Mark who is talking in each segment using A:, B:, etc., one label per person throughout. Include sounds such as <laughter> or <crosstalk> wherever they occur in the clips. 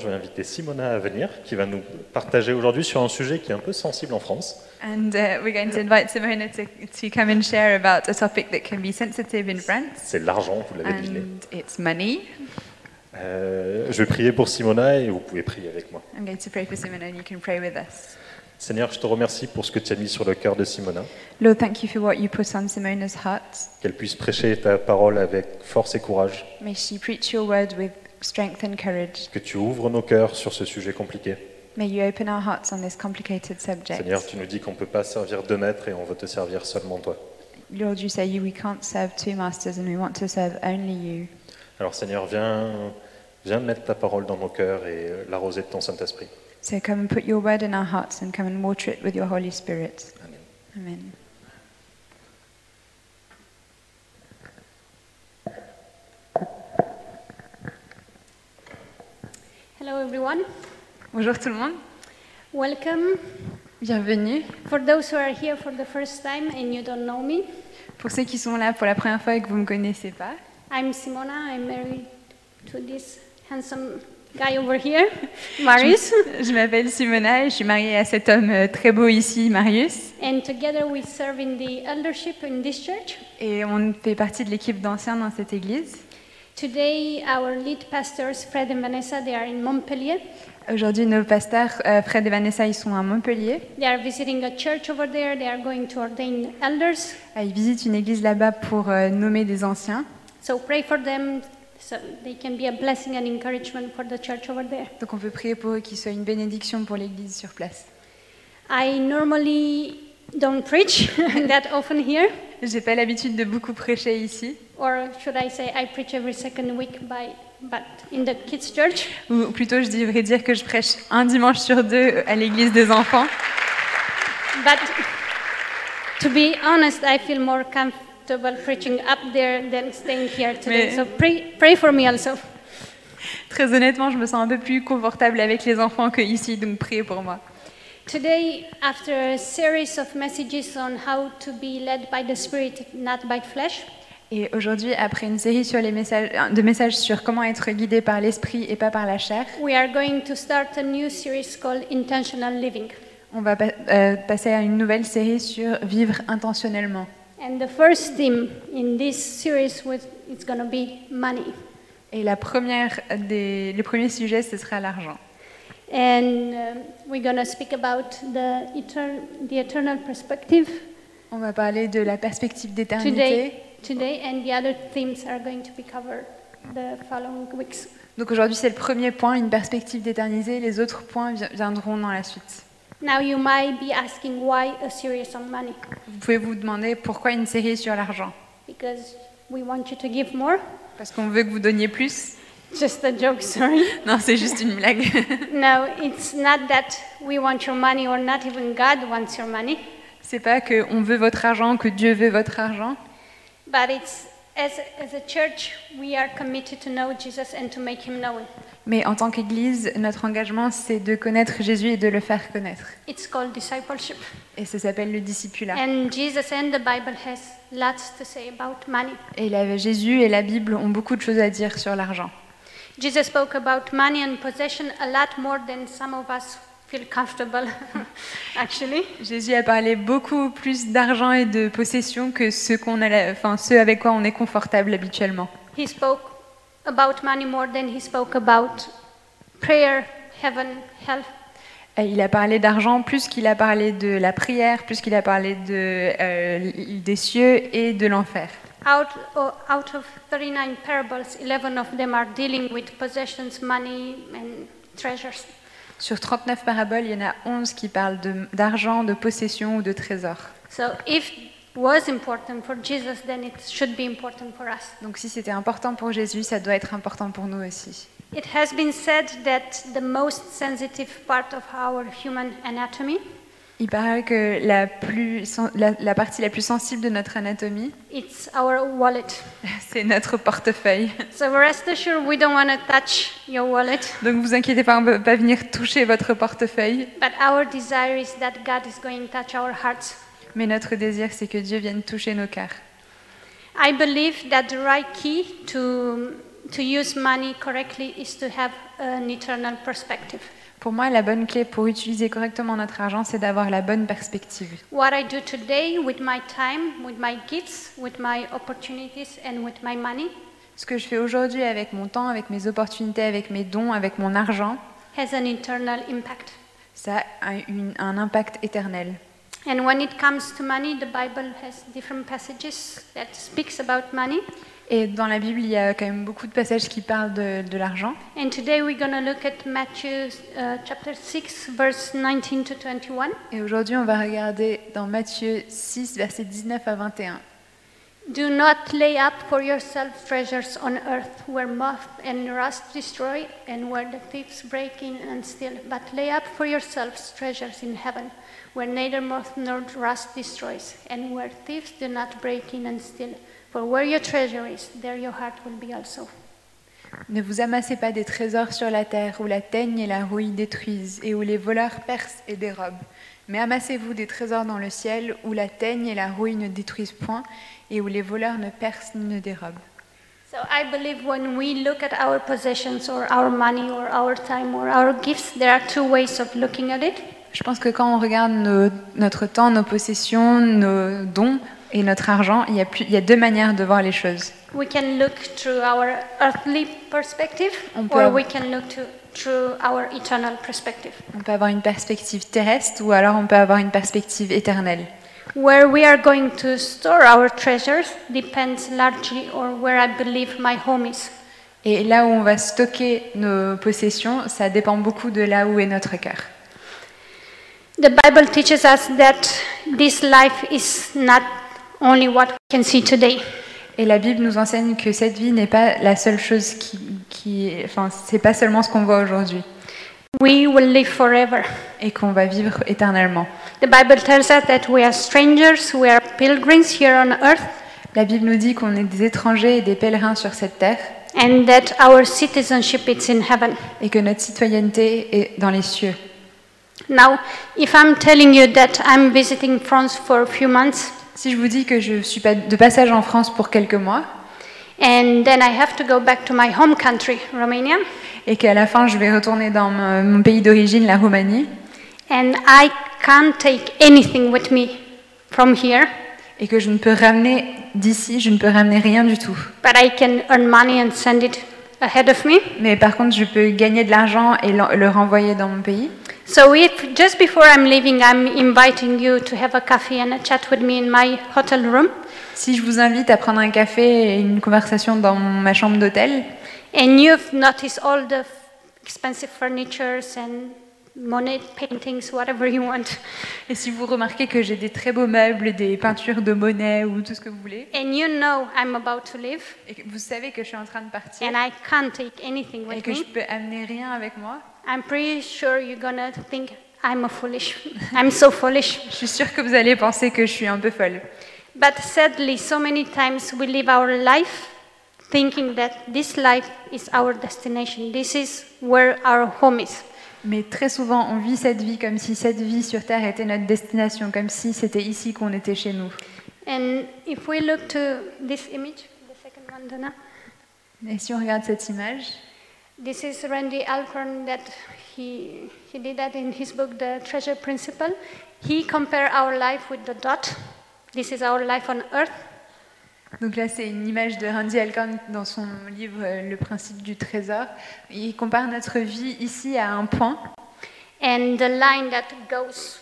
A: je vais inviter Simona à venir, qui va nous partager aujourd'hui sur un sujet qui est un peu sensible en France.
B: And uh, we're going to invite Simona to, to come and share about a topic that can be sensitive in France,
A: C'est l'argent, vous
B: Ah
A: l'avez deviné.
B: and it's money.
A: Euh, je vais prier pour Simona et vous pouvez prier avec moi.
B: I'm going to pray for Simona, and you can pray with us.
A: Seigneur, je te remercie pour ce que tu as mis sur le cœur de Simona,
B: Lord, thank you for what you put on Simona's heart.
A: qu'elle puisse prêcher ta parole avec force et courage,
B: May she preach your word with strength and courage.
A: que tu ouvres nos cœurs sur ce sujet compliqué.
B: May you open our hearts on this complicated subject.
A: Seigneur, tu nous dis qu'on ne peut pas servir deux maîtres et on veut te servir seulement toi.
B: Lord, you say you, we can't serve two masters and we want to serve only you.
A: Alors Seigneur, viens, viens mettre ta parole dans nos cœurs et euh, l'arroser de ton Saint-Esprit.
B: So come and put your word in our hearts and come and water it with your Holy Spirit.
A: Amen.
B: Amen.
C: Hello, everyone.
B: Bonjour tout le monde.
C: Welcome.
B: Bienvenue.
C: For those who are here for the first time and you don't know me,
B: Pour ceux qui sont là pour la première fois et que vous ne me connaissez pas,
C: I'm Simona. I'm married to this handsome guy over here, Marius.
B: je, je m'appelle Simona et je suis mariée à cet homme euh, très beau ici, Marius.
C: and together we serve in the eldership in this church.
B: Et on fait partie de l'équipe d'anciens dans cette église.
C: Today, our lead pastors, Fred and Vanessa, they are in Montpellier.
B: Aujourd'hui, nos pasteurs euh, Fred et Vanessa, ils sont à Montpellier.
C: They are visiting a church over there. They are going to ordain elders.
B: Euh, Ils visitent une église là-bas pour euh, nommer des anciens.
C: So pray for them so they can be a blessing and encouragement for the church over there.
B: Donc on peut prier pour eux qu'ils soient une bénédiction pour l'église sur place.
C: I normally don't preach <laughs> that often here.
B: J'ai pas l'habitude de beaucoup prêcher ici,
C: or should I say I preach every second week by but in the kids church
B: ou plutôt je devrais dire que je prêche un dimanche sur deux à l'église des enfants.
C: but to be honest I feel more comfortable preaching up there than staying here today
B: Mais-
C: so pray, pray for me also
B: Très honnêtement, je me sens un peu plus confortable avec les enfants que ici, donc priez pour moi.
C: today after a series of messages on how to be led by the spirit not by flesh
B: Et aujourd'hui, après une série sur les messages, euh, de messages sur comment être guidé par l'esprit et pas par la chair,
C: we are going to start a new series called intentional living
B: on va pa- euh, passer à une nouvelle série sur vivre intentionnellement.
C: and the first theme in this series was it's going to be money
B: Et la première des, le premier sujet, ce sera l'argent.
C: And um, we're going to speak about the, etern- the eternal perspective
B: On va parler de la perspective d'éternité.
C: today, today, and the other themes are going to be covered the following weeks.
B: Donc aujourd'hui, c'est le premier point, une perspective d'éternité. Les autres points vi- viendront dans la suite.
C: Now, you might be asking why a series on money?
B: Vous pouvez vous demander pourquoi une série sur l'argent
C: Because we want you to give more.
B: Parce qu'on veut que vous donniez plus
C: Just a joke, sorry.
B: Non, c'est juste une blague.
C: no, it's not that we want your money or not even God wants your money,
B: <laughs> c'est pas que on veut votre argent, que Dieu veut votre argent,
C: but it's as a, as a church, we are committed to know Jesus and to make him known.
B: mais en tant qu'Église, notre engagement, c'est de connaître Jésus et de le faire connaître.
C: It's called discipleship.
B: Et ça s'appelle le discipulat.
C: And Jesus and the Bible has lots to say about money.
B: Et la- Jésus et la Bible ont beaucoup de choses à dire sur l'argent.
C: Jesus spoke about money and possession a lot more than some of us feel comfortable, <laughs> actually.
B: Jésus a parlé beaucoup plus d'argent et de possession que ce, qu'on a la- enfin, ce avec quoi on est confortable habituellement.
C: He spoke about money more than he spoke about prayer, heaven, hell.
B: Euh, Il a parlé d'argent plus qu'il a parlé de la prière, plus qu'il a parlé de, euh, des cieux et de l'enfer.
C: Out, o- out of 39 parables, 11 of them are dealing with possessions, money, and treasures.
B: Sur 39 paraboles, il y en a 11 qui parlent de- d'argent, de, possession ou de trésor.
C: So if was important for Jesus, then it should be important for us.
B: Donc si c'était important pour Jésus, ça doit être important pour nous aussi.
C: It has been said that the most sensitive part of our human anatomy
B: Il paraît que la, plus sen- la- la partie la plus sensible de notre anatomie, <laughs>
C: is our wallet.
B: c'est notre portefeuille.
C: So rest assured, we don't want to touch your wallet,
B: Donc vous inquiétez pas, on ne peut pas venir toucher votre portefeuille,
C: but our desire is that God is going to touch our hearts.
B: mais notre désir, c'est que Dieu vienne toucher nos cœurs.
C: I believe that the right key to to use money correctly is to have an eternal perspective.
B: Pour moi, la bonne clé pour utiliser correctement notre argent, c'est d'avoir la bonne perspective.
C: What I do today with my time, with my gifts, with my opportunities, and with my money
B: Ce que je fais aujourd'hui avec mon temps, avec mes opportunités, avec mes dons, avec mon argent,
C: has an eternal impact.
B: ça a un- une- un impact éternel.
C: And when it comes to money, the Bible has different passages that speaks about money.
B: Et dans la Bible, il y a quand même beaucoup de passages qui parlent de, de l'argent.
C: And today we're going to look at Matthew uh, chapter 6, verse 19 to 21.
B: Et aujourd'hui, on va regarder dans Matthieu 6, versets 19 à 21.
C: Do not lay up for yourself treasures on earth where moth and rust destroy and where the thieves break in and steal, but lay up for yourselves treasures in heaven where neither moth nor rust destroys and where thieves do not break in and steal. For where your treasure is, there your heart will be also.
B: Ne vous amassez pas des trésors sur la terre où la teigne et la rouille détruisent et où les voleurs percent et dérobent. Mais amassez-vous des trésors dans le ciel où la teigne et la rouille ne détruisent point et où les voleurs ne percent ni ne dérobent.
C: So I believe when we look at our possessions or our money or our time or our gifts, there are two ways of looking at it.
B: Je pense que quand on regarde nos- notre temps, nos possessions, nos dons et notre argent, il y, a plus- il y a deux manières de voir les choses.
C: We can look through our earthly perspective,
B: On peut
C: or
B: av-
C: we can look to, through our eternal perspective.
B: On peut avoir une perspective terrestre ou alors on peut avoir une perspective éternelle.
C: Where we are going to store our treasures depends largely on where I believe my home is.
B: Et là où on va stocker nos possessions, ça dépend beaucoup de là où est notre cœur.
C: The Bible teaches us that this life is not only what we can see today.
B: Et la Bible nous enseigne que cette vie n'est pas la seule chose qui, qui enfin, c'est pas seulement ce qu'on voit aujourd'hui
C: We will live forever.
B: et qu'on va vivre éternellement.
C: The Bible tells us that we are strangers, we are pilgrims here on earth,
B: La Bible nous dit qu'on est des étrangers et des pèlerins sur cette terre
C: and that our citizenship is in heaven.
B: et que notre citoyenneté est dans les cieux.
C: Now, if I'm telling you that I'm visiting France for a few months
B: Si je vous dis que je suis pas- de passage en France pour quelques mois
C: and then I have to go back to my home country, Romania,
B: et qu'à la fin je vais retourner dans mon- mon pays d'origine, la Roumanie,
C: and I can't take anything with me from here,
B: et que je ne peux ramener d'ici, je ne peux ramener rien du tout.
C: but I can earn money and send it ahead of me.
B: Mais par contre, je peux gagner de l'argent et l'en- le renvoyer dans mon pays.
C: So, if just before I'm leaving, I'm inviting you to have a coffee and a chat with me in my hotel room,
B: Si je vous invite à prendre un café et une conversation dans mon- ma chambre d'hôtel,
C: and you've noticed all the f- expensive furnitures and Monet paintings, whatever you want.
B: et si vous remarquez que j'ai des très beaux meubles, des peintures de Monet ou tout ce que vous voulez,
C: And you know I'm about to leave,
B: et que vous savez que je suis en train de partir
C: and I can't take anything
B: et
C: with
B: que je
C: me.
B: peux amener rien avec moi,
C: I'm pretty sure you're gonna think I'm a foolish. <laughs> I'm so foolish.
B: je suis sûre que vous allez penser que je suis un peu folle.
C: But sadly, so many times we live our life thinking that this life is our destination. This is where our home is.
B: Mais très souvent, on vit cette vie comme si cette vie sur Terre était notre destination, comme si c'était ici qu'on était chez nous.
C: And if we look to this image, the second one, Donna,
B: Et si on regarde cette image,
C: this is Randy Alcorn that he he did that in his book, The Treasure Principle. He compared our life with the dot. This is our life on Earth.
B: Donc là, c'est une image de Randy Alcorn dans son livre euh, Le principe du trésor. Il compare notre vie ici à un point
C: and the line that goes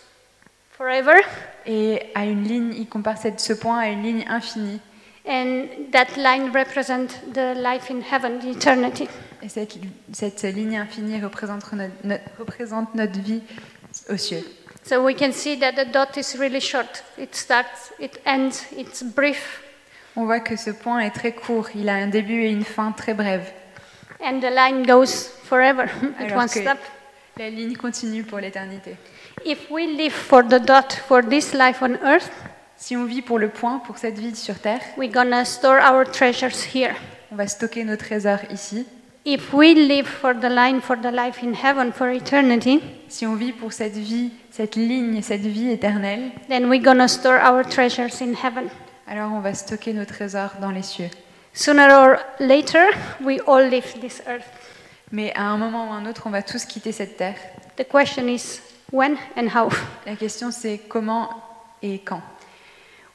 C: forever
B: et à une ligne. Il compare cette- ce point à une ligne infinie.
C: and that line represents the life in heaven the eternity
B: Et cette, cette ligne infinie représente notre, notre- représente notre vie aux cieux.
C: so we can see that the dot is really short it starts it ends it's brief
B: On voit que ce point est très court. Il a un début et une fin très brèves.
C: and the line goes forever <laughs> at
B: Alors
C: one
B: que-
C: step
B: La ligne continue pour l'éternité.
C: if we live for the dot for this life on earth
B: Si on vit pour le point, pour cette vie sur Terre,
C: we're gonna store our treasures here
B: on va stocker nos trésors ici.
C: if we live for the line for the life in heaven for eternity
B: Si on vit pour cette vie, cette ligne, cette vie éternelle,
C: then we're gonna store our treasures in heaven
B: Alors on va stocker nos trésors dans les cieux.
C: Sooner or later, we all leave this earth.
B: Mais à un moment ou un autre, on va tous quitter cette terre.
C: The question is when and how.
B: La question c'est comment et quand.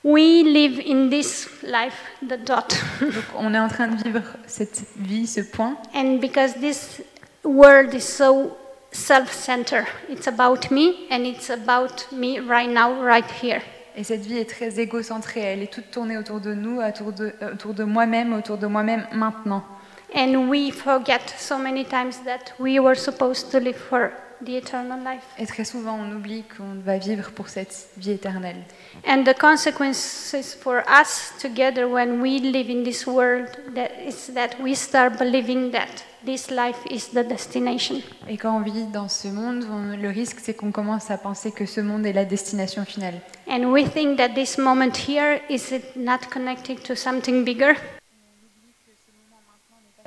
C: We live in this life, the dot. <laughs>
B: Donc on est en train de vivre cette vie, ce point.
C: And because this world is so self centered, it's about me and it's about me right now, right here.
B: Et cette vie est très égocentrée. Elle est toute tournée autour de nous, autour de, euh, autour de moi-même, autour de moi-même maintenant.
C: And we forget so many times that we were supposed to live for the eternal life.
B: Et très souvent, on oublie qu'on va vivre pour cette vie éternelle.
C: And the consequences for us together when we live in this world that is that we start believing that this life is the destination.
B: Et quand on vit dans ce monde, on- le risque c'est qu'on commence à penser que ce monde est la destination finale.
C: And we think that this moment here is it not connected to something bigger.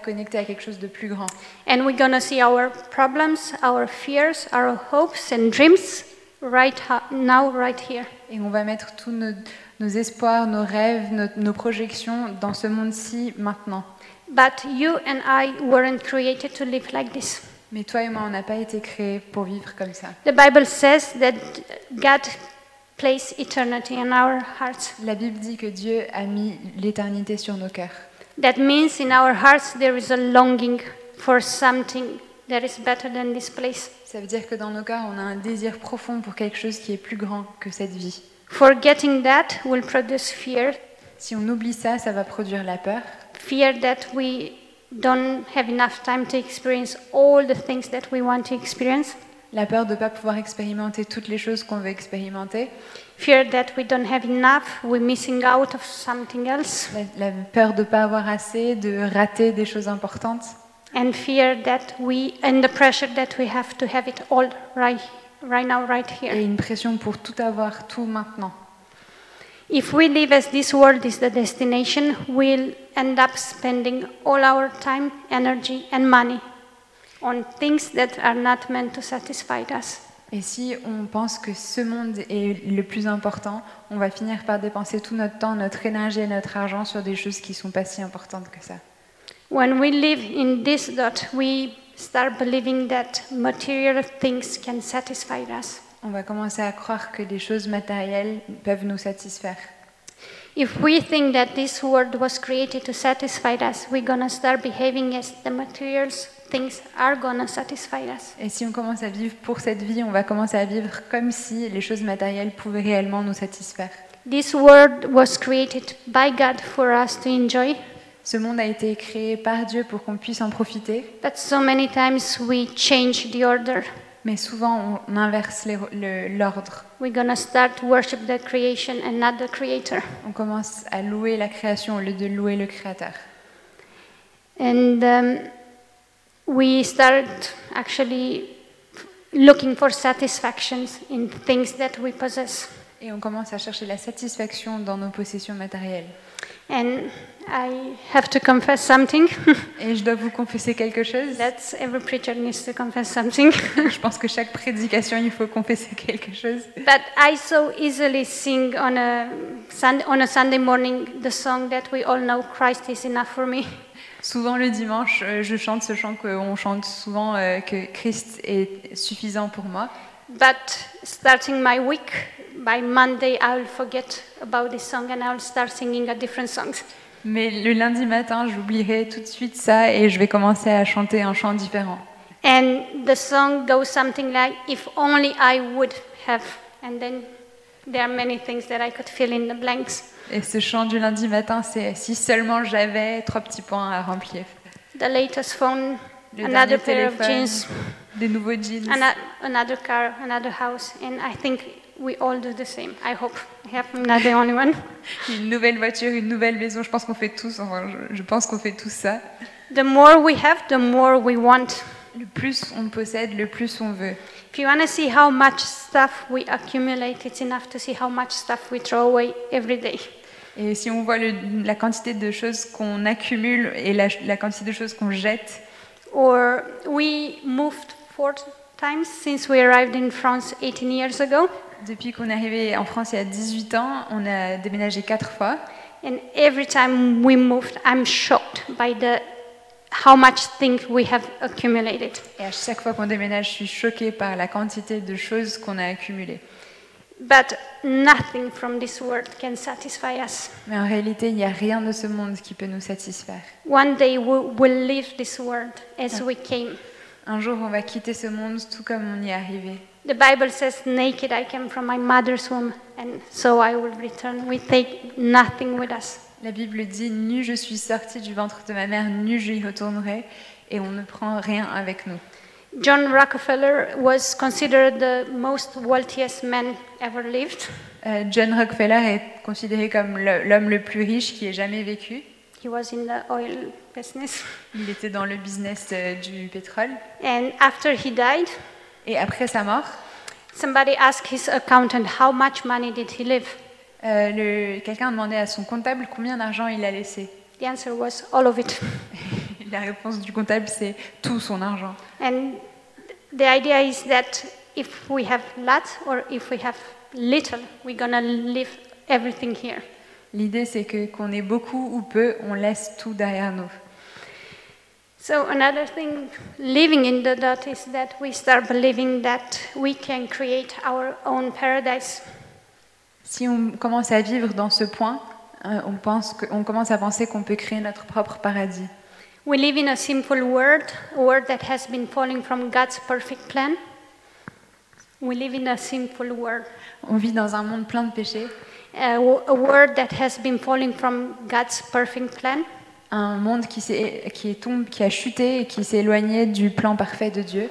B: Connecté à quelque chose de plus grand.
C: And we're gonna see our problems, our fears, our hopes and dreams right ho- now, right here.
B: Et on va mettre tous nos, nos espoirs, nos rêves, nos, nos projections dans ce monde-ci maintenant.
C: But you and I weren't created to live like this.
B: Mais toi et moi, on n'a pas été créés pour vivre comme ça.
C: The Bible says that God placed eternity in our hearts.
B: La Bible dit que Dieu a mis l'éternité sur nos cœurs.
C: That means in our hearts there is a longing for something that is better than this place.
B: Ça veut dire que dans nos cœurs, on a un désir profond pour quelque chose qui est plus grand que cette vie.
C: Forgetting that will produce fear,
B: Si on oublie ça, ça va produire la peur,
C: fear that we don't have enough time to experience all the things that we want to experience,
B: la peur de ne pas pouvoir expérimenter toutes les choses qu'on veut expérimenter,
C: fear that we don't have enough, we're missing out of something else,
B: la, la peur de ne pas avoir assez, de rater des choses importantes,
C: and fear that we and the pressure that we have to have it all right right now right here.
B: et une pression pour tout avoir, tout maintenant.
C: If we live as this world is the destination, we'll end up spending all our time, energy, and money on things that are not meant to satisfy us.
B: Et si on pense que ce monde est le plus important, on va finir par dépenser tout notre temps, notre énergie et notre argent sur des choses qui ne sont pas si importantes que ça.
C: When we live in this dot, we start believing that material things can satisfy us.
B: On va commencer à croire que les choses matérielles peuvent nous satisfaire.
C: If we think that this world was created to satisfy us, we're gonna start behaving as the materials things are gonna satisfy us.
B: Et si on commence à vivre pour cette vie, on va commencer à vivre comme si les choses matérielles pouvaient réellement nous satisfaire.
C: This world was created by God for us to enjoy,
B: Ce monde a été créé par Dieu pour qu'on puisse en profiter,
C: But so many times we change the order.
B: mais souvent on inverse les- le- l'ordre.
C: We're gonna start worship the creation and not the creator.
B: On commence à louer la création au lieu de louer le Créateur.
C: And um, we start actually looking for satisfactions in things that we possess.
B: Et on commence à chercher la satisfaction dans nos possessions matérielles.
C: And I have to confess something. <laughs>
B: Et je dois vous confesser quelque chose.
C: That's every preacher needs to confess something. <laughs>
B: Je pense que chaque prédication, il faut confesser <laughs> quelque chose.
C: but I so easily sing on a, Sun- on a Sunday morning the song that we all know, Christ is enough for me.
B: Souvent le dimanche, euh, je chante ce chant qu'on chante souvent, euh, que Christ est suffisant pour moi.
C: But starting my week, by Monday, I'll forget about this song and I'll start singing a different song.
B: Mais le lundi matin, j'oublierai tout de suite ça et je vais commencer à chanter un chant différent.
C: And the song goes something like, If only I would have. And then there are many things that I could fill in the blanks.
B: Et ce chant du lundi matin, c'est si seulement j'avais trois petits points à remplir.
C: The latest phone,
B: Le dernier
C: another pair of
B: téléphone,
C: jeans,
B: des nouveaux jeans,
C: ana- another car, another house. And I think we all do the same. I hope. I hope I'm not the only one.
B: une nouvelle voiture, une nouvelle maison. Je pense qu'on fait tous, enfin, je, je pense qu'on fait tous ça.
C: The more we have, the more we want.
B: Le plus on possède, le plus on veut.
C: If you want to see how much stuff we accumulate, it's enough to see how much stuff we throw away every day.
B: Et si on voit le- la quantité de choses qu'on accumule et la, la quantité de choses qu'on jette,
C: Or we moved four times since we arrived in France 18 years ago.
B: depuis qu'on est arrivé en France il y a 18 ans, on a déménagé quatre fois.
C: And every time we moved, I'm shocked by the how much things we have accumulated.
B: Et à chaque fois qu'on déménage, je suis choquée par la quantité de choses qu'on a accumulées.
C: But nothing from this world can satisfy us.
B: Mais en réalité, il n'y a rien de ce monde qui peut nous satisfaire.
C: One day we will leave this world as we came.
B: Un jour, on va quitter ce monde tout comme on y est arrivé.
C: The Bible says, Naked I came from my mother's womb, and so I will return. We take nothing with us.
B: La Bible dit Nu je suis sortie du ventre de ma mère, nu j'y retournerai, et on ne prend rien avec nous.
C: John Rockefeller was considered the most wealthiest man ever lived.
B: Euh, John Rockefeller est considéré comme le- l'homme le plus riche qui ait jamais vécu.
C: He was in the oil business.
B: Il était dans le business euh, du pétrole.
C: And after he died,
B: Et après sa mort,
C: somebody asked his accountant how much money did he leave.
B: euh, le- quelqu'un a demandé à son comptable combien d'argent il a laissé.
C: The answer was all of it.
B: La réponse du comptable, c'est tout son argent.
C: And the idea is that if we have lots or if we have little, we're gonna leave everything here.
B: L'idée, c'est que qu'on ait beaucoup ou peu, on laisse tout derrière nous.
C: So another thing living in the dot is that we start believing that we can create our own paradise.
B: Si on commence à vivre dans ce point, hein, on, pense que- on commence à penser qu'on peut créer notre propre paradis.
C: We live in a simple world, a world that has been falling from God's perfect plan. We live in a simple world,
B: On vit dans un monde plein de péchés,
C: a, wo- a world that has been falling from God's perfect plan.
B: un monde qui, s'est- qui est tombé, qui a chuté et qui s'est éloigné du plan parfait de Dieu.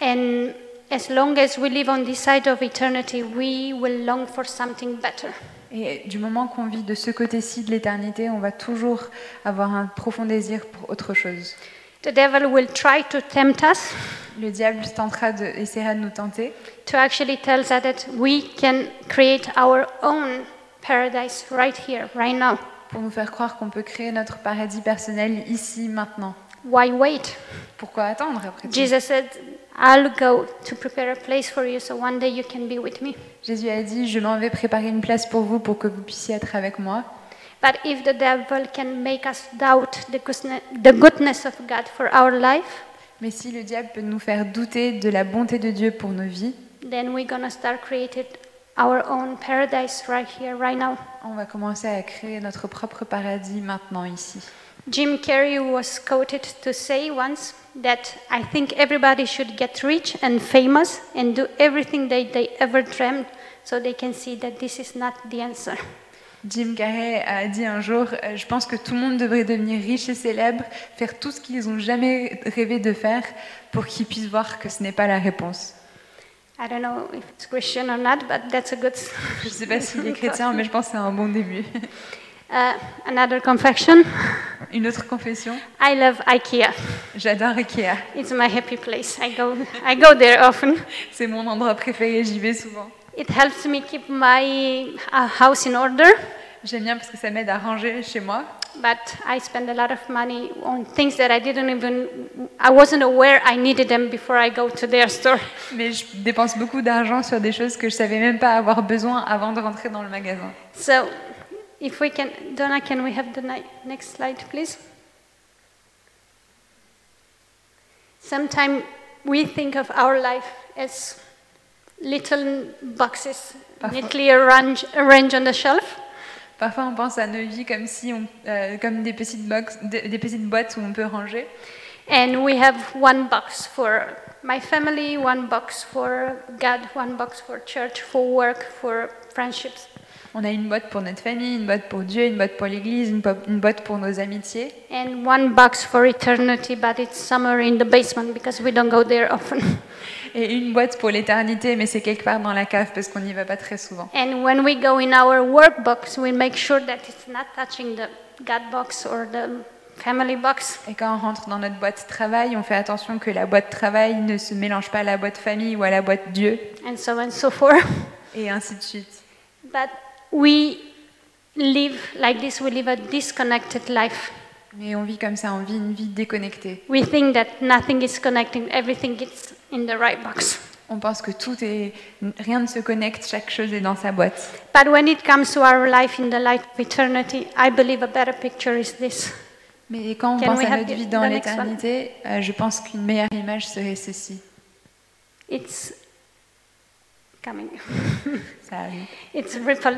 C: And as long as we live on this side of eternity, we will long for something better.
B: Et du moment qu'on vit de ce côté-ci de l'éternité, on va toujours avoir un profond désir pour autre chose.
C: The devil will try to tempt us
B: Le diable tentera de, essaiera de nous tenter
C: to actually tell us that we can create our own paradise right here, right now.
B: pour nous faire croire qu'on peut créer notre paradis personnel ici, maintenant.
C: Why wait?
B: Pourquoi attendre après tout
C: Jesus said, I'll go to prepare a place for you so one day you can be with me.
B: Jésus a dit, je m'en vais préparer une place pour vous pour que vous puissiez être avec moi.
C: But if the devil can make us doubt the goodness- the goodness of God for our life,
B: Mais si le diable peut nous faire douter de la bonté de Dieu pour nos vies,
C: then we're gonna start creating our own paradise right here, right now.
B: on va commencer à créer notre propre paradis maintenant ici.
C: Jim Carrey was quoted to say once that I think everybody should get rich and famous and do everything that they ever dreamed so they can see that this is not the answer.
B: Jim Carrey a dit un jour, euh, je pense que tout le monde devrait devenir riche et célèbre, faire tout ce qu'ils ont jamais rêvé de faire pour qu'ils puissent voir que ce n'est pas la réponse.
C: I don't know if it's Christian or not, but that's a good.
B: Je ne sais pas s'il est chrétien, mais je pense que c'est un bon début. <laughs>
C: Uh, another confession.
B: Une autre confession,
C: I love IKEA.
B: j'adore Ikea.
C: It's my happy place. I go, I go there often.
B: C'est mon endroit préféré, j'y vais souvent.
C: It helps me keep my uh, house in order,
B: J'aime bien parce que ça m'aide à ranger chez moi.
C: but I spend a lot of money on things that I didn't even, I wasn't aware I needed them before I go to their store. <laughs>
B: Mais je dépense beaucoup d'argent sur des choses que je savais même pas avoir besoin avant de rentrer dans le magasin.
C: So, if we can, Donna, can we have the ni- next slide, please? Sometimes we think of our life as little boxes
B: Parfois.
C: neatly arrange, arranged on the shelf,
B: Parfois, on pense à nos vies comme si on, euh, comme des petites box, des, des petites boîtes où on peut ranger.
C: and we have one box for my family, one box for God, one box for church, for work, for friendships.
B: On a une boîte pour notre famille, une boîte pour Dieu, une boîte pour l'Église, une, po- une boîte pour nos amitiés,
C: And one box for eternity, but it's somewhere in the basement because we don't go there often. <laughs>
B: et une boîte pour l'éternité, mais c'est quelque part dans la cave parce qu'on n'y va pas très souvent.
C: And when we go in our work box, we make sure that it's not touching the God box or the family box.
B: Et quand on rentre dans notre boîte travail, on fait attention que la boîte travail ne se mélange pas à la boîte famille ou à la boîte Dieu,
C: And so on and so <laughs> forth.
B: et ainsi de suite.
C: But we live like this, we live a disconnected life.
B: Mais on vit comme ça, on vit une vie déconnectée.
C: We think that nothing is connecting, everything is in the right box.
B: On pense que tout est. Rien ne se connecte, chaque chose est dans sa boîte.
C: But when it comes to our life in the light of eternity, I believe a better picture is this.
B: Mais quand on
C: Can
B: pense
C: we
B: à
C: have
B: notre
C: the-
B: vie dans
C: the next one?
B: l'éternité, euh, je pense qu'une meilleure image serait ceci.
C: It's coming.
B: Ça arrive.
C: It's ripple.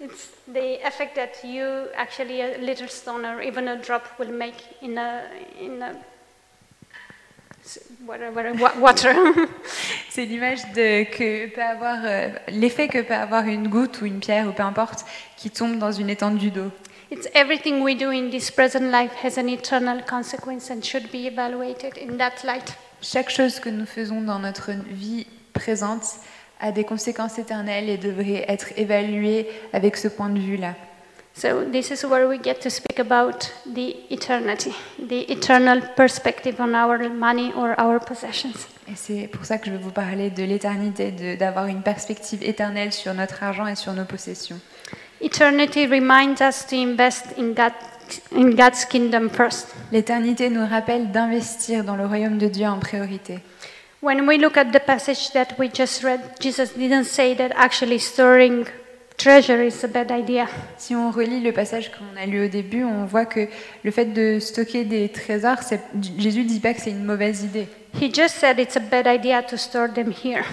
C: It's the effect that you actually a little stone or even a drop will make in a in a s- whatever wa- water. <laughs>
B: C'est l'image de- que peut avoir euh, l'effet que peut avoir une goutte ou une pierre ou peu importe qui tombe dans une étendue d'eau.
C: it's everything we do in this present life has an eternal consequence and should be evaluated in that light.
B: Chaque chose que nous faisons dans notre vie présente a des conséquences éternelles et devrait être évaluée avec ce point de vue-là.
C: So this is where we get to speak about the eternity, the eternal perspective on our money or our possessions.
B: Et c'est pour ça que je vais vous parler de l'éternité, de- d'avoir une perspective éternelle sur notre argent et sur nos possessions.
C: Eternity reminds us to invest in that in God's kingdom first.
B: L'éternité nous rappelle d'investir dans le royaume de Dieu en priorité.
C: When we look at the passage that we just read, Jesus didn't say that actually storing treasure is a bad idea.
B: Si on relit le passage qu'on a lu au début, on voit que le fait de stocker des trésors, c'est- Jésus ne dit pas que c'est une mauvaise idée.
C: He just said it's a bad idea to store them here.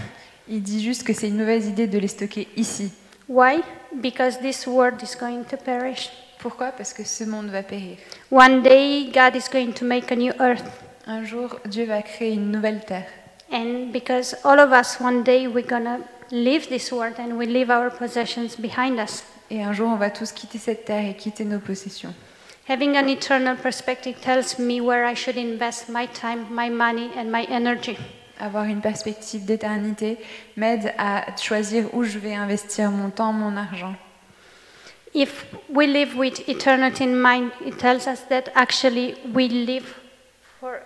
B: Il dit juste que c'est une mauvaise idée de les stocker ici.
C: Why? Because this world is going to perish.
B: Pourquoi Parce que ce monde va périr.
C: One day God is going to make a new earth.
B: Un jour, Dieu va créer une nouvelle terre.
C: And because all of us one day we're going to leave this world and we leave our possessions behind us.
B: Et un jour, on va tous quitter cette terre et quitter nos possessions.
C: Having an eternal perspective tells me where I should invest my time, my money, and my energy.
B: Avoir une perspective d'éternité m'aide à choisir où je vais investir mon temps, mon argent.
C: If we live with eternity in mind, it tells us that actually we live for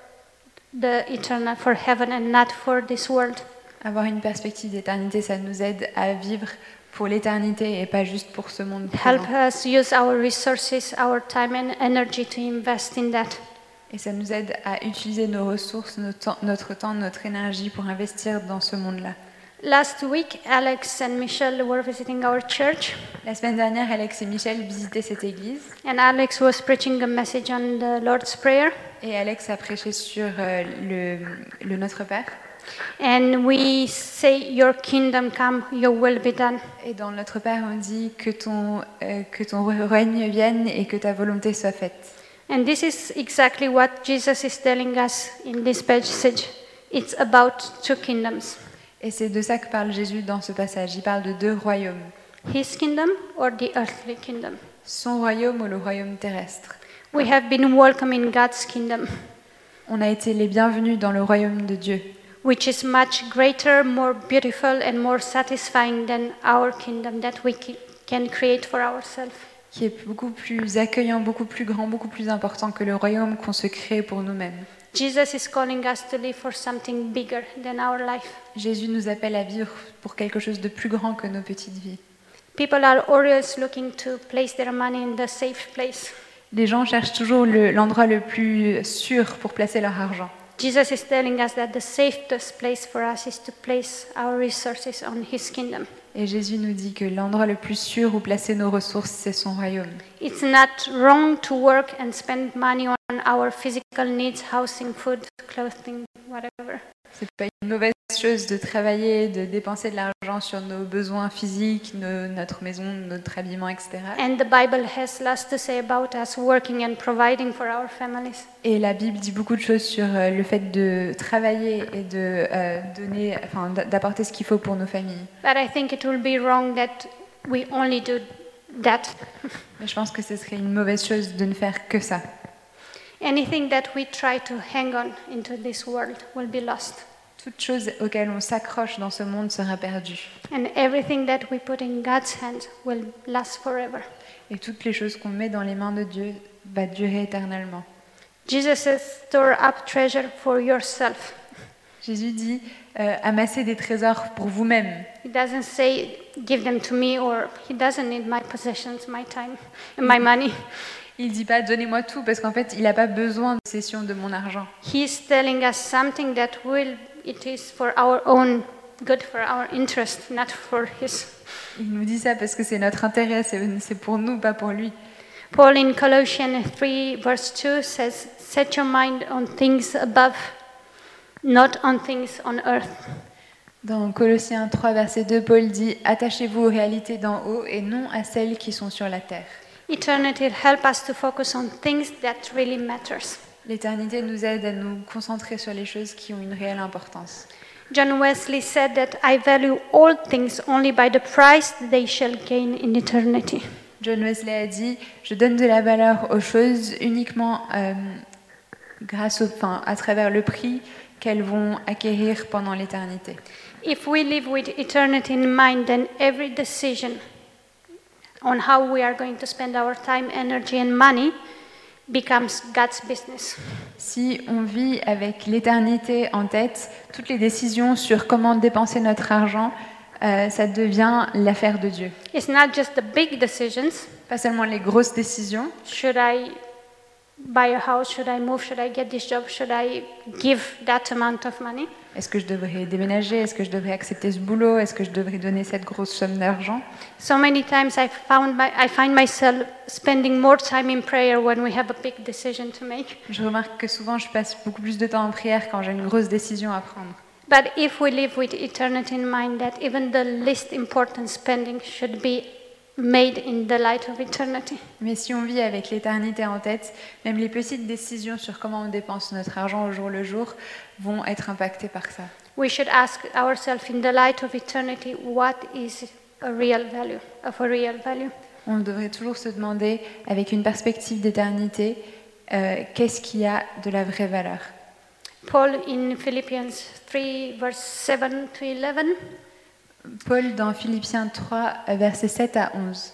C: the eternal, for heaven, and not for this world.
B: Avoir une perspective d'éternité, ça nous aide à vivre pour l'éternité et pas juste pour ce monde.
C: It
B: présent.
C: helps us use our resources, our time, and energy to invest in that.
B: Et ça nous aide à utiliser nos ressources, nos temps- notre temps, notre énergie pour investir dans ce monde-là.
C: Last week, Alex and Michelle were visiting our church,
B: La semaine dernière, Alex et Michel visitaient cette église
C: and Alex was preaching a message on the Lord's Prayer.
B: et Alex a prêché sur euh, le, le Notre Père.
C: And we say, Your kingdom come, your will be done.
B: Et dans le Notre Père, on dit que ton, euh, que ton règne vienne et que ta volonté soit faite.
C: And this is exactly what Jesus is telling us in this passage. It's about two kingdoms
B: Et c'est de ça que parle Jésus dans ce passage. Il parle de deux royaumes,
C: His kingdom or the earthly kingdom.
B: son royaume ou le royaume terrestre.
C: We have been welcome in God's kingdom,
B: On a été les bienvenus dans le royaume de Dieu,
C: which is much greater, more beautiful, and more satisfying than our kingdom that we ki- can create for ourselves.
B: qui est beaucoup plus accueillant, beaucoup plus grand, beaucoup plus important que le royaume qu'on se crée pour nous-mêmes.
C: Jesus is calling us to live for something bigger than our life.
B: Jésus nous appelle à vivre pour quelque chose de plus grand que nos petites vies.
C: People are always looking to place their money in the safe place.
B: Les gens cherchent toujours le- l'endroit le plus sûr pour placer leur argent.
C: Jesus is telling us that the safest place for us is to place our resources on His kingdom.
B: Et Jésus nous dit que l'endroit le plus sûr où placer nos ressources, c'est son royaume.
C: It's not wrong to work and spend money on our physical needs, housing, food, clothing, whatever.
B: C'est pas une mauvaise chose de travailler, de dépenser de l'argent sur nos besoins physiques, nos- notre maison, notre habillement, etc.
C: And the Bible has lots to say about us working and providing for our families.
B: Et la Bible dit beaucoup de choses sur euh, le fait de travailler et de euh, donner, enfin, d'a- d'apporter ce qu'il faut pour nos familles.
C: But I think it will be wrong that we only do that.
B: Mais je pense que ce serait une mauvaise chose de ne faire que ça.
C: Anything that we try to hang on into this world will be lost.
B: Toute chose auxquelles on s'accroche dans ce monde sera perdue.
C: And everything that we put in God's hands will last forever.
B: Et toutes les choses qu'on met dans les mains de Dieu va durer éternellement.
C: Jesus says, store up treasure for yourself.
B: Jésus dit euh, amassez des trésors pour vous-même.
C: He doesn't say, give them to me, or he doesn't need my possessions, my time, and my money.
B: Il dit pas donnez-moi tout parce qu'en fait il n'a pas besoin de cession de mon argent.
C: He's telling us something that will it is for our own good, for our interest, not for his.
B: Il nous dit ça parce que c'est notre intérêt, c'est c'est pour nous, pas pour lui.
C: Paul in Colossians 3, verse 2 says, Set your mind on things above, not on things on earth.
B: Dans Colossiens 3, verset 2, Paul dit Attachez-vous aux réalités d'en haut et non à celles qui sont sur la terre.
C: Eternity help us to focus on things that really matters.
B: L'éternité nous aide à nous concentrer sur les choses qui ont une réelle importance.
C: John Wesley said that I value all things only by the price they shall gain in eternity.
B: John Wesley a dit Je donne de la valeur aux choses uniquement euh, grâce au, enfin, à travers le prix qu'elles vont acquérir pendant l'éternité.
C: If we live with eternity in mind, then every decision on how we are going to spend our time, energy, and money becomes God's business.
B: Si on vit avec l'éternité en tête, toutes les décisions sur comment dépenser notre argent, euh, ça devient l'affaire de Dieu.
C: It's not just the big decisions
B: Pas seulement les grosses décisions.
C: should I buy a house, should I move, should I get this job, should I give that amount of money?
B: Est-ce que je devrais déménager Est-ce que je devrais accepter ce boulot Est-ce que je devrais donner cette grosse somme d'argent
C: So many times I, found my, I find myself spending more time in prayer when we have a big decision to make.
B: Je remarque que souvent je passe beaucoup plus de temps en prière quand j'ai une grosse décision à prendre.
C: But if we live with eternity in mind, that even the least important spending should be made in the light of eternity.
B: Mais si on vit avec l'éternité en tête, même les petites décisions sur comment on dépense notre argent au jour le jour vont être impactées par ça.
C: We should ask ourselves in the light of eternity what is a real value, of a real value.
B: On devrait toujours se demander, avec une perspective d'éternité, euh, qu'est-ce qui a de la vraie valeur
C: Paul in Philippians 3, verse 7 to 11,
B: Paul dans Philippiens 3, versets 7 à 11.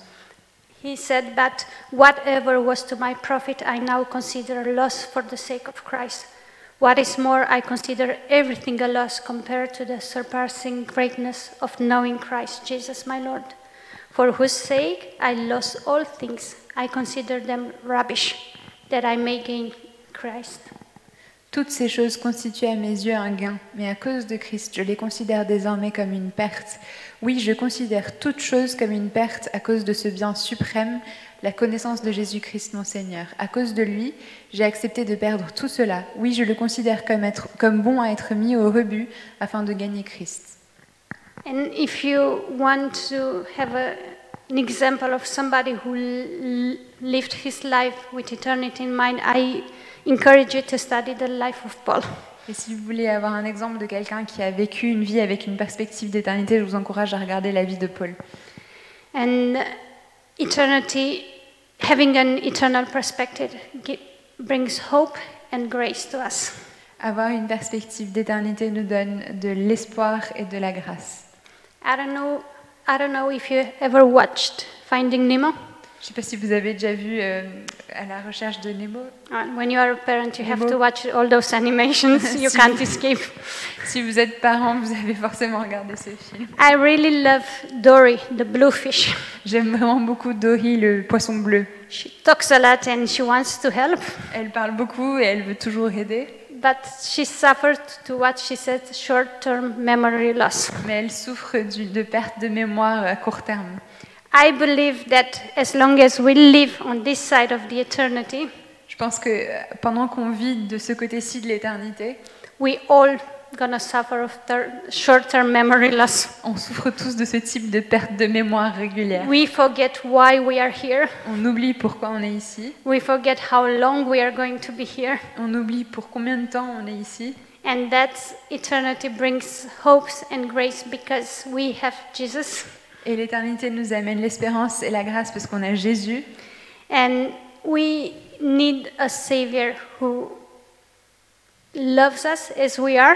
C: he said, But whatever was to my profit, I now consider loss for the sake of Christ. What is more, I consider everything a loss compared to the surpassing greatness of knowing Christ Jesus my Lord, for whose sake I lost all things. I consider them rubbish, that I may gain Christ.
B: Toutes ces choses constituent à mes yeux un gain, mais à cause de Christ, je les considère désormais comme une perte. Oui, je considère toutes choses comme une perte à cause de ce bien suprême, la connaissance de Jésus-Christ mon Seigneur. À cause de lui, j'ai accepté de perdre tout cela. Oui, je le considère comme, être- comme bon à être mis au rebut afin de gagner Christ.
C: And if you want to have a, an example of somebody who l- lived his life with eternity in mind, I encourage you to study the life of Paul.
B: Et si vous voulez avoir un exemple de quelqu'un qui a vécu une vie avec une perspective d'éternité, je vous encourage à regarder la vie de Paul.
C: And eternity, having an eternal perspective, gi- brings hope and grace to us.
B: Avoir une perspective d'éternité nous donne de l'espoir et de la grâce.
C: I don't know, I don't know if you ever watched Finding Nemo.
B: Je ne sais pas si vous avez déjà vu euh, à la recherche de Nemo.
C: Uh, When you are a parent, you have
B: Nemo.
C: to watch all those <laughs> animations. You
B: Si.
C: can't escape.
B: Si vous êtes parent, vous avez forcément regardé ce film.
C: I really love Dory, the bluefish.
B: J'aime vraiment beaucoup Dory, le poisson bleu.
C: She talks a lot and she wants to help,
B: Elle parle beaucoup et elle veut toujours aider,
C: but she suffered to what she said short term memory loss.
B: mais elle souffre du- de perte de mémoire à court terme.
C: I believe that as long as we live on this side of the eternity,
B: Je pense que euh, pendant qu'on vit de ce côté-ci de l'éternité,
C: we all gonna suffer of ter- short term memory <laughs> loss.
B: on souffre tous de ce type de perte de mémoire régulière.
C: We forget why we are here,
B: On oublie pourquoi on est ici,
C: we forget how long we are going to be here,
B: on oublie pour combien de temps on est ici,
C: and that eternity brings hopes and grace because we have Jesus.
B: et l'éternité nous amène l'espérance et la grâce parce qu'on a Jésus.
C: And we need a Savior who loves us as we are,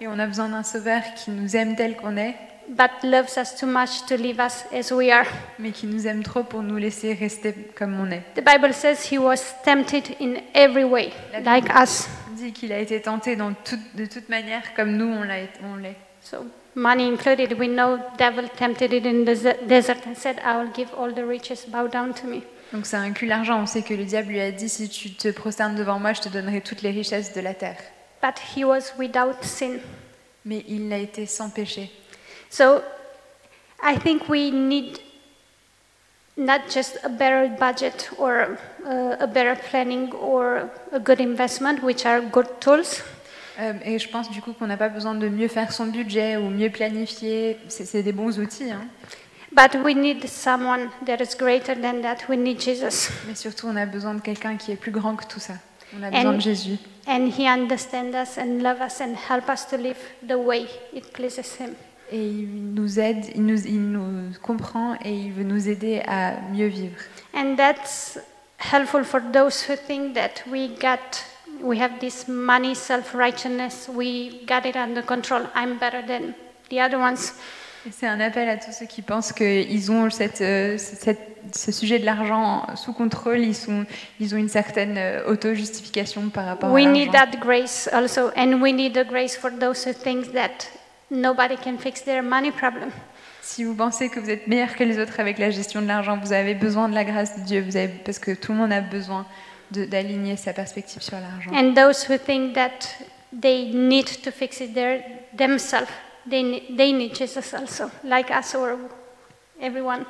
B: Et on a besoin d'un sauveur qui nous aime tel qu'on est,
C: but loves us too much to leave us as we are.
B: mais qui nous aime trop pour nous laisser rester comme on est.
C: The Bible says he was tempted in every way, like us.
B: On dit qu'il a été tenté dans tout- de toute manière comme nous on l'a été- on l'est.
C: So, money included, we know devil tempted it in the ze- desert and said, I will give all the riches, bow down to me.
B: Donc ça inclut l'argent. On sait que le diable lui a dit si tu te prosternes devant moi, je te donnerai toutes les richesses de la terre.
C: But he was without sin.
B: mais il l'a été sans péché.
C: So I think we need not just a better budget or uh, a better planning or a good investment, which are good tools,
B: Euh, et je pense du coup qu'on n'a pas besoin de mieux faire son budget ou mieux planifier. C'est c'est des bons outils, hein.
C: but we need someone that is greater than that. We need Jesus.
B: mais surtout on a besoin de quelqu'un qui est plus grand que tout ça. On a besoin
C: And-
B: de Jésus.
C: And He understands us and loves us and help us to live the way it pleases Him.
B: Et il nous aide, il nous, il nous comprend et il veut nous aider à mieux vivre.
C: And that's helpful for those who think that we got we have this money self-righteousness we got it under control i'm better than the other ones
B: Et C'est un appel à tous ceux qui pensent qu'ils ont cette, euh, cette- ce sujet de l'argent sous contrôle, ils, sont, ils ont une certaine euh, auto-justification par rapport
C: we
B: à
C: need
B: l'argent.
C: that grace also and we need the grace for those who think that nobody can fix their money problem
B: Si vous pensez que vous êtes meilleur que les autres avec la gestion de l'argent, vous avez besoin de la grâce de Dieu, vous avez, parce que tout le monde a besoin de- d'aligner sa perspective sur l'argent.
C: and those who think that they need to fix it their, themselves they, ne- they need jesus also like us or everyone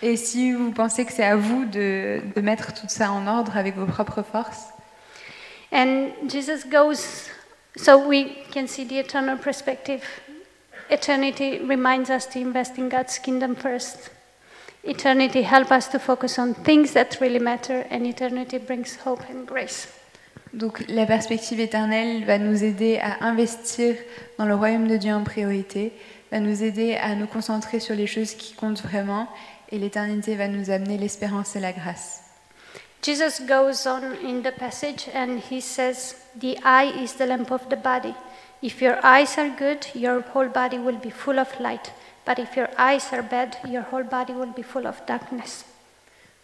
B: Et si vous pensez que c'est à vous de, de mettre tout ça en ordre avec vos propres forces,
C: And Jesus goes, so we can see the eternal perspective. Eternity reminds us to invest in God's kingdom first. Eternity helps us to focus on things that really matter, and eternity brings hope and grace.
B: Donc la perspective éternelle va nous aider à investir dans le royaume de Dieu en priorité, va nous aider à nous concentrer sur les choses qui comptent vraiment, et l'éternité va nous amener l'espérance et la grâce.
C: Jesus goes on in the passage and he says, The eye is the lamp of the body. If your eyes are good, your whole body will be full of light. But if your eyes are bad, your whole body will be full of darkness.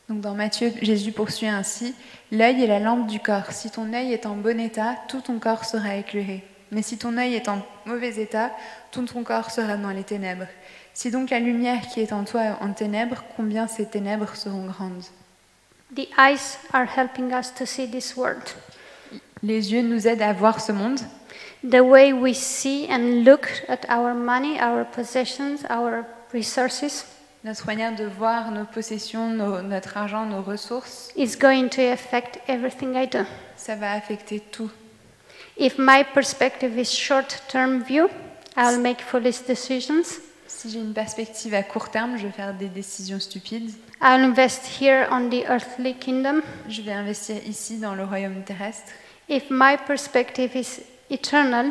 B: Donc dans Matthieu, Jésus poursuit ainsi, L'œil est la lampe du corps. Si ton œil est en bon état, tout ton corps sera éclairé. Mais si ton œil est en mauvais état, tout ton corps sera dans les ténèbres. Si donc la lumière qui est en toi est en ténèbres, combien ces ténèbres seront grandes
C: The eyes are helping us to see this world.
B: Les yeux nous aident à voir ce monde.
C: The way we see and look at our money, our possessions, our resources
B: Notre manière de voir nos possessions, nos- notre argent, nos ressources,
C: is going to affect everything I do.
B: ça va affecter tout.
C: If my perspective is short term view, I'll make foolish decisions.
B: Si j'ai une perspective à court terme, je vais faire des décisions stupides.
C: I'll invest here on the earthly kingdom.
B: Je vais investir ici dans le royaume terrestre.
C: If my perspective is eternal,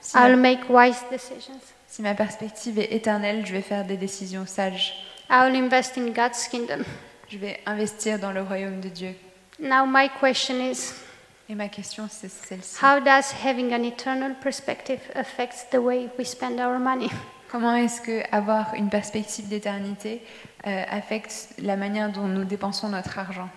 B: Si
C: I'll
B: ma,
C: make wise decisions.
B: si ma perspective est éternelle, je vais faire des décisions sages.
C: I'll invest in God's kingdom.
B: Je vais investir dans le royaume de Dieu.
C: Now, my question is
B: Et ma question, c'est celle-ci.
C: How does having an eternal perspective affect the way we spend our money?
B: Comment est-ce que avoir une perspective d'éternité euh, affecte la manière dont nous dépensons notre argent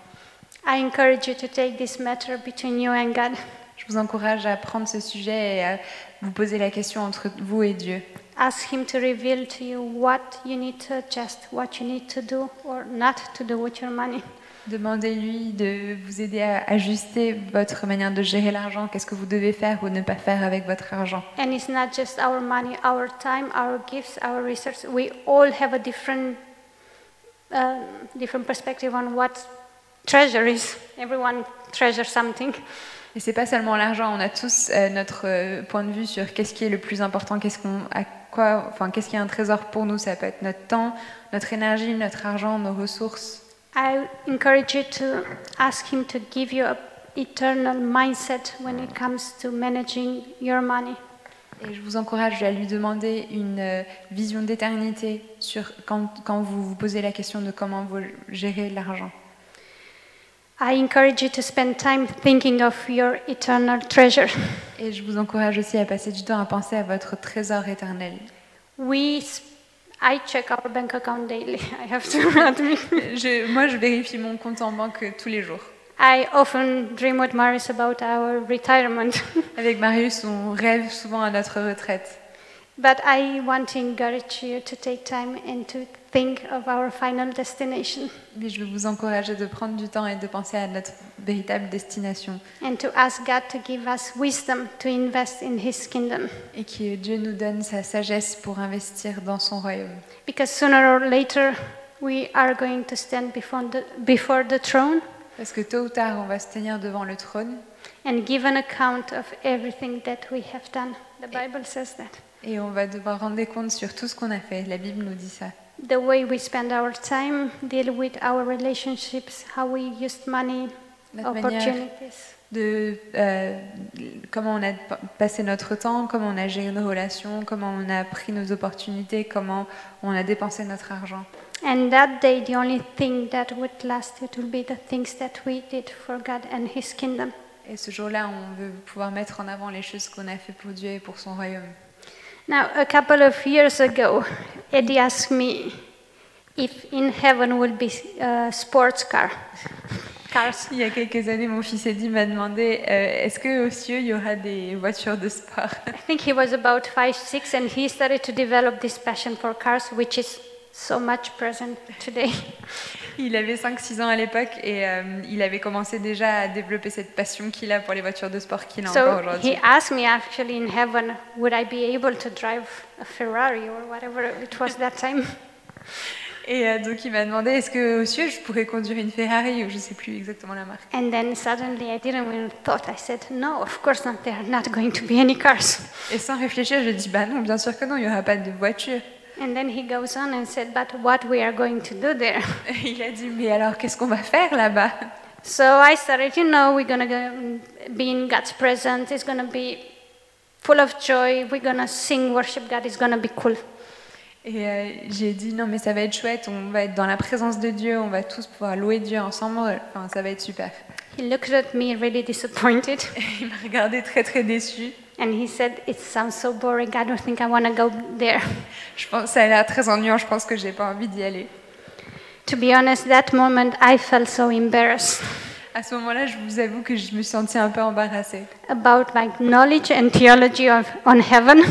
C: I encourage you to take this matter between you and God.
B: Je vous encourage à prendre ce sujet et à vous poser la question entre vous et Dieu.
C: Ask Him to reveal to you what you need to adjust, what you need to do or not to do with your money.
B: Demandez-lui de vous aider à ajuster votre manière de gérer l'argent, qu'est-ce que vous devez faire ou ne pas faire avec votre argent.
C: And it's not just our money, our time, our gifts, our research. We all have a different, um different perspective on what treasure is. Everyone treasures something.
B: Et c'est pas seulement l'argent, on a tous euh, notre euh, point de vue sur qu'est-ce qui est le plus important, qu'est-ce qu'on à quoi enfin qu'est-ce qui est un trésor pour nous, ça peut être notre temps, notre énergie, notre argent, nos ressources.
C: I encourage you to ask Him to give you a eternal mindset when it comes to managing your money.
B: Et je vous encourage à lui demander une euh, vision d'éternité sur quand, quand vous vous posez la question de comment vous gérez l'argent.
C: I encourage you to spend time thinking of your eternal treasure.
B: Et je vous encourage aussi à passer du temps à penser à votre trésor éternel.
C: We, s- I check our bank account daily. <laughs> I have to admit.
B: Je- moi, je vérifie mon compte en banque euh, tous les jours.
C: I often dream with Marius about our retirement, <laughs>
B: Avec Marius, on rêve souvent à notre retraite.
C: But I want to encourage you to take time and to think of our final destination
B: Mais je veux vous encourager de prendre du temps et de penser à notre véritable destination
C: and to ask God to give us wisdom to invest in His kingdom.
B: et que Dieu nous donne sa sagesse pour investir dans son royaume.
C: Because sooner or later, we are going to stand before the, before the throne
B: Parce que tôt ou tard, on va se tenir devant le trône
C: and give an account of everything that we have done. The Bible says that.
B: et on va devoir rendre compte sur tout ce qu'on a fait. La Bible nous dit ça.
C: The way we spend our time, deal with our relationships, how we used money,
B: Notre manière
C: opportunities.
B: de euh, comment on a pa- passé notre temps, comment on a géré nos relations, comment on a pris nos opportunités, comment on a dépensé notre argent.
C: And that day, the only thing that would last, it will be the things that we did for God and His kingdom.
B: Et ce jour-là, on veut pouvoir mettre en avant les choses qu'on a fait pour Dieu et pour son royaume.
C: Now, a couple of years ago, Eddie asked me if in heaven will be uh, sports car, cars.
B: Il y a quelques années, mon fils Eddy m'a demandé euh, est-ce que au cieux il y aura des voitures de sport <laughs>
C: I think he was about five, six, and he started to develop this passion for cars, which is so much present today.
B: Il avait 5-6 ans à l'époque et euh, il avait commencé déjà à développer cette passion qu'il a pour les voitures de sport qu'il a encore
C: So
B: aujourd'hui.
C: he asked me actually in heaven, would I be able to drive a Ferrari or whatever it was that time?
B: Et euh, donc il m'a demandé est-ce que au cieux je pourrais conduire une Ferrari ou je sais plus exactement la marque.
C: And then suddenly I didn't even thought. I said, no, of course not. There are not going to be any cars.
B: Et sans réfléchir, j'ai dit bah non, bien sûr que non, il n'y aura pas de voiture. <laughs>
C: And then he goes on and said, but what we are going to do there?
B: il a dit mais alors qu'est-ce qu'on va faire là-bas
C: So I started, you know, we're going to go, be in God's presence. It's going to be full of joy. We're going to sing, worship God. It's going to be cool.
B: Et euh, j'ai dit non mais ça va être chouette, on va être dans la présence de Dieu, on va tous pouvoir louer Dieu ensemble, enfin ça va être super.
C: He looked at me really disappointed. <laughs>
B: <laughs> Il m'a regardé très très déçu.
C: And he said, it sounds so boring. I don't think I want to go there.
B: Je pense ça a l'air très ennuyant, je pense que j'ai pas envie d'y aller.
C: To be honest, that moment I felt so embarrassed
B: À ce moment-là, je vous avoue que je me sentais un peu embarrassée.
C: about my knowledge and theology of, on heaven.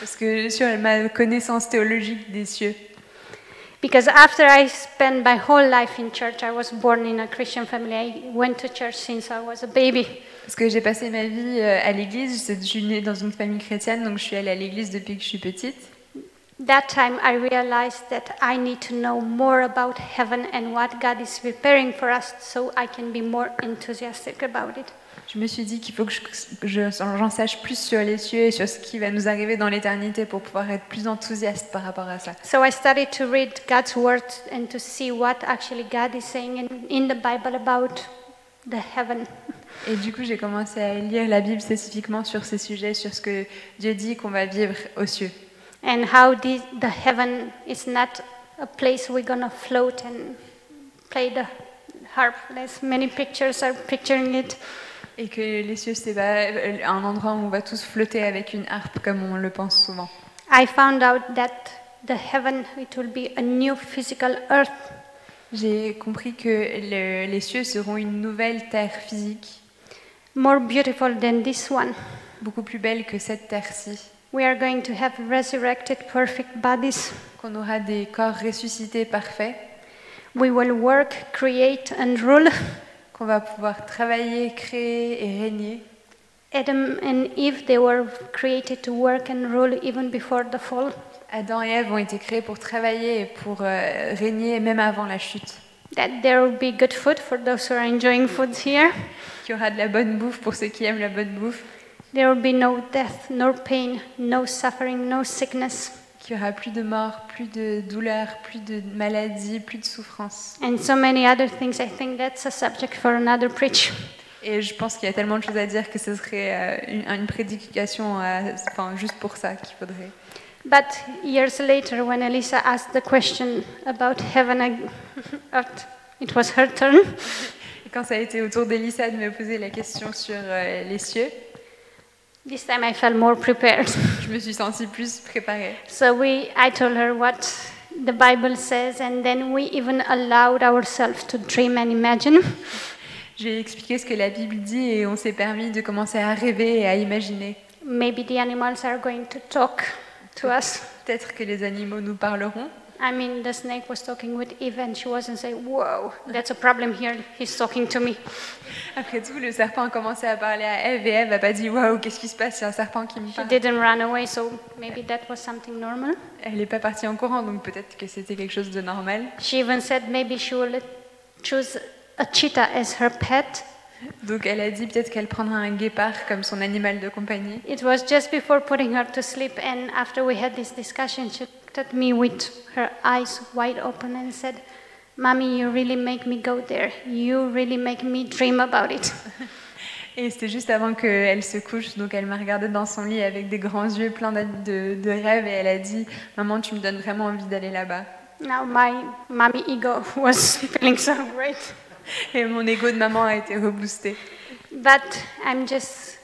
B: Parce que sur ma connaissance théologique des cieux.
C: Because after I spent my whole life in church, I was born in a Christian family. I went to church since I was a baby.
B: Parce que j'ai passé ma vie euh, à l'église, je suis née dans une famille chrétienne, donc je suis allée à l'église depuis que je suis petite.
C: That time I realized that I need to know more about heaven and what God is preparing for us so I can be more enthusiastic about it.
B: Je me suis dit qu'il faut que je- que je- j'en sache plus sur les cieux et sur ce qui va nous arriver dans l'éternité pour pouvoir être plus enthousiaste par rapport à ça.
C: So I started to read God's word and to see what actually God is saying in, in the Bible about the heaven.
B: Et du coup, j'ai commencé à lire la Bible spécifiquement sur ces sujets, sur ce que Dieu dit qu'on va vivre aux cieux.
C: and how the, the heaven is not a place we're gonna float and play the harp. As many pictures are picturing it.
B: Et que les cieux, c'est pas un endroit où on va tous flotter avec une harpe comme on le pense souvent.
C: I found out that the heaven it will be a new physical earth,
B: J'ai compris que le- les cieux seront une nouvelle terre physique,
C: more beautiful than this one.
B: beaucoup plus belle que cette terre-ci,
C: We are going to have resurrected perfect bodies.
B: qu'on aura des corps ressuscités parfaits,
C: We will work, create, and rule.
B: qu'on va pouvoir travailler, créer et régner.
C: Adam and Eve they were created to work and rule even before the fall.
B: Adam et Ève ont été créés pour travailler et pour euh, régner même avant la chute.
C: That there will be good food for those who are enjoying food here.
B: Qu'il y aura de la bonne bouffe pour ceux qui aiment la bonne bouffe,
C: There will be no death, nor pain, no suffering, no sickness.
B: qu'il y aura plus de mort, plus de douleur, plus de maladies, plus de souffrance.
C: And so many other things. I think that's a subject for another preach.
B: Et je pense qu'il y a tellement de choses à dire que ce serait euh, une, une prédication à- enfin, juste pour ça qu'il faudrait.
C: But years later, when Elisa asked the question about heaven, I- <laughs> at- it was her turn.
B: Et quand ça a été au tour d'Elissa de me poser la question sur euh, les cieux,
C: This time I felt more prepared.
B: je me suis sentie plus préparée.
C: So we, I told her what the Bible says, and then we even allowed ourselves to dream and imagine.
B: Je lui ai expliqué ce que la Bible dit et on s'est permis de commencer à rêver et à imaginer.
C: Maybe the animals are going to talk. to us.
B: Peut-être que les animaux nous parleront.
C: I mean, the snake was talking with Eve, and she wasn't saying, Whoa, that's a problem here. He's talking to me.
B: Après tout, le serpent a commencé à parler à Ève et Ève n'a pas dit Waouh, qu'est-ce qui se passe Il y a un serpent qui me
C: She
B: parle.
C: didn't run away, so maybe that was something normal.
B: Elle n'est pas partie en courant, donc peut-être que c'était quelque chose de normal.
C: She even said maybe she will choose a cheetah as her pet.
B: Donc elle a dit peut-être qu'elle prendra un guépard comme son animal de compagnie.
C: It was just before putting her to sleep, and after we had this discussion, she looked at me with her eyes wide open and said, Mommy, you really make me go there. You really make me dream about it.
B: Et c'était juste avant qu'elle se couche, donc elle m'a regardée dans son lit avec des grands yeux pleins de, de- de rêves et elle a dit Maman, tu me donnes vraiment envie d'aller là-bas.
C: Now, my mommy ego <laughs> was feeling so great.
B: Et mon ego de maman a été reboosté.
C: But I'm just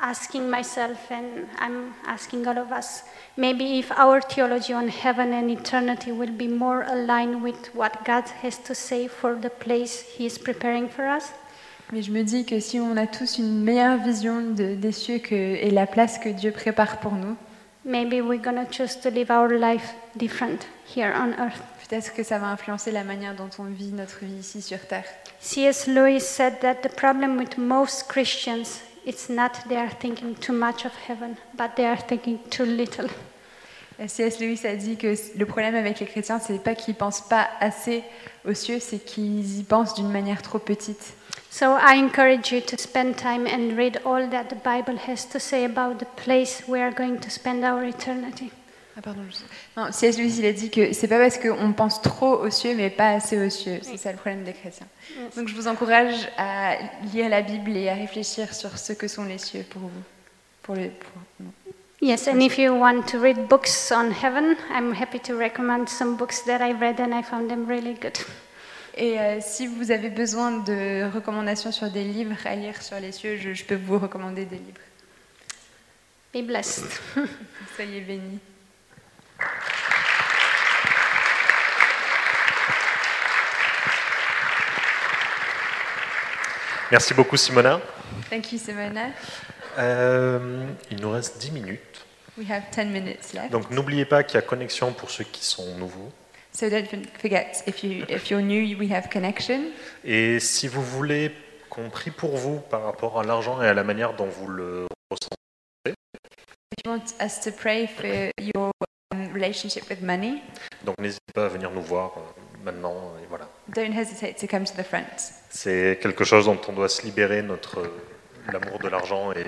C: asking myself, and I'm asking all of us, maybe if our theology on heaven and eternity will be more aligned with what God has to say for the place He is preparing for us.
B: Mais je me dis que si on a tous une meilleure vision de- des cieux que- et la place que Dieu prépare pour nous,
C: Maybe we're gonna choose to live our life different here on earth.
B: peut-être que ça va influencer la manière dont on vit notre vie ici sur Terre.
C: C.S. Lewis said that the problem with most Christians is not they are thinking too much of heaven, but they are thinking too little.
B: C.S. Lewis a dit que le problème avec les chrétiens, c'est pas qu'ils pensent pas assez aux cieux, c'est qu'ils y pensent d'une manière trop petite.
C: So I encourage you to spend time and read all that the Bible has to say about the place we are going to spend our eternity.
B: Ah pardon. je- Non, C.S. Lewis il a dit que c'est pas parce qu'on pense trop aux cieux mais pas assez aux cieux. C'est ça le problème des chrétiens. Donc je vous encourage à lire la Bible et à réfléchir sur ce que sont les cieux pour vous. Pour les, pour- non.
C: Yes, and if you want to read books on heaven, I'm happy to recommend some books that I read and I found them really good.
B: Et euh, si vous avez besoin de recommandations sur des livres à lire sur les cieux, je, je peux vous recommander des livres.
C: Be blessed.
B: Soyez bénis.
A: Merci beaucoup, Simona.
B: Thank you, Simona.
A: Euh, il nous reste 10 minutes.
B: We have 10 minutes left.
A: Donc n'oubliez pas qu'il y a connexion pour ceux qui sont nouveaux.
B: So don't forget, if, you, if you're new, we have connection.
A: Et si vous voulez qu'on prie pour vous par rapport à l'argent et à la manière dont vous le ressentez,
B: If you want us to pray for your um, relationship with money,
A: donc n'hésitez pas à venir nous voir euh, maintenant. Et voilà.
B: don't hesitate to come to the front.
A: C'est quelque chose dont on doit se libérer, notre euh, l'amour de l'argent et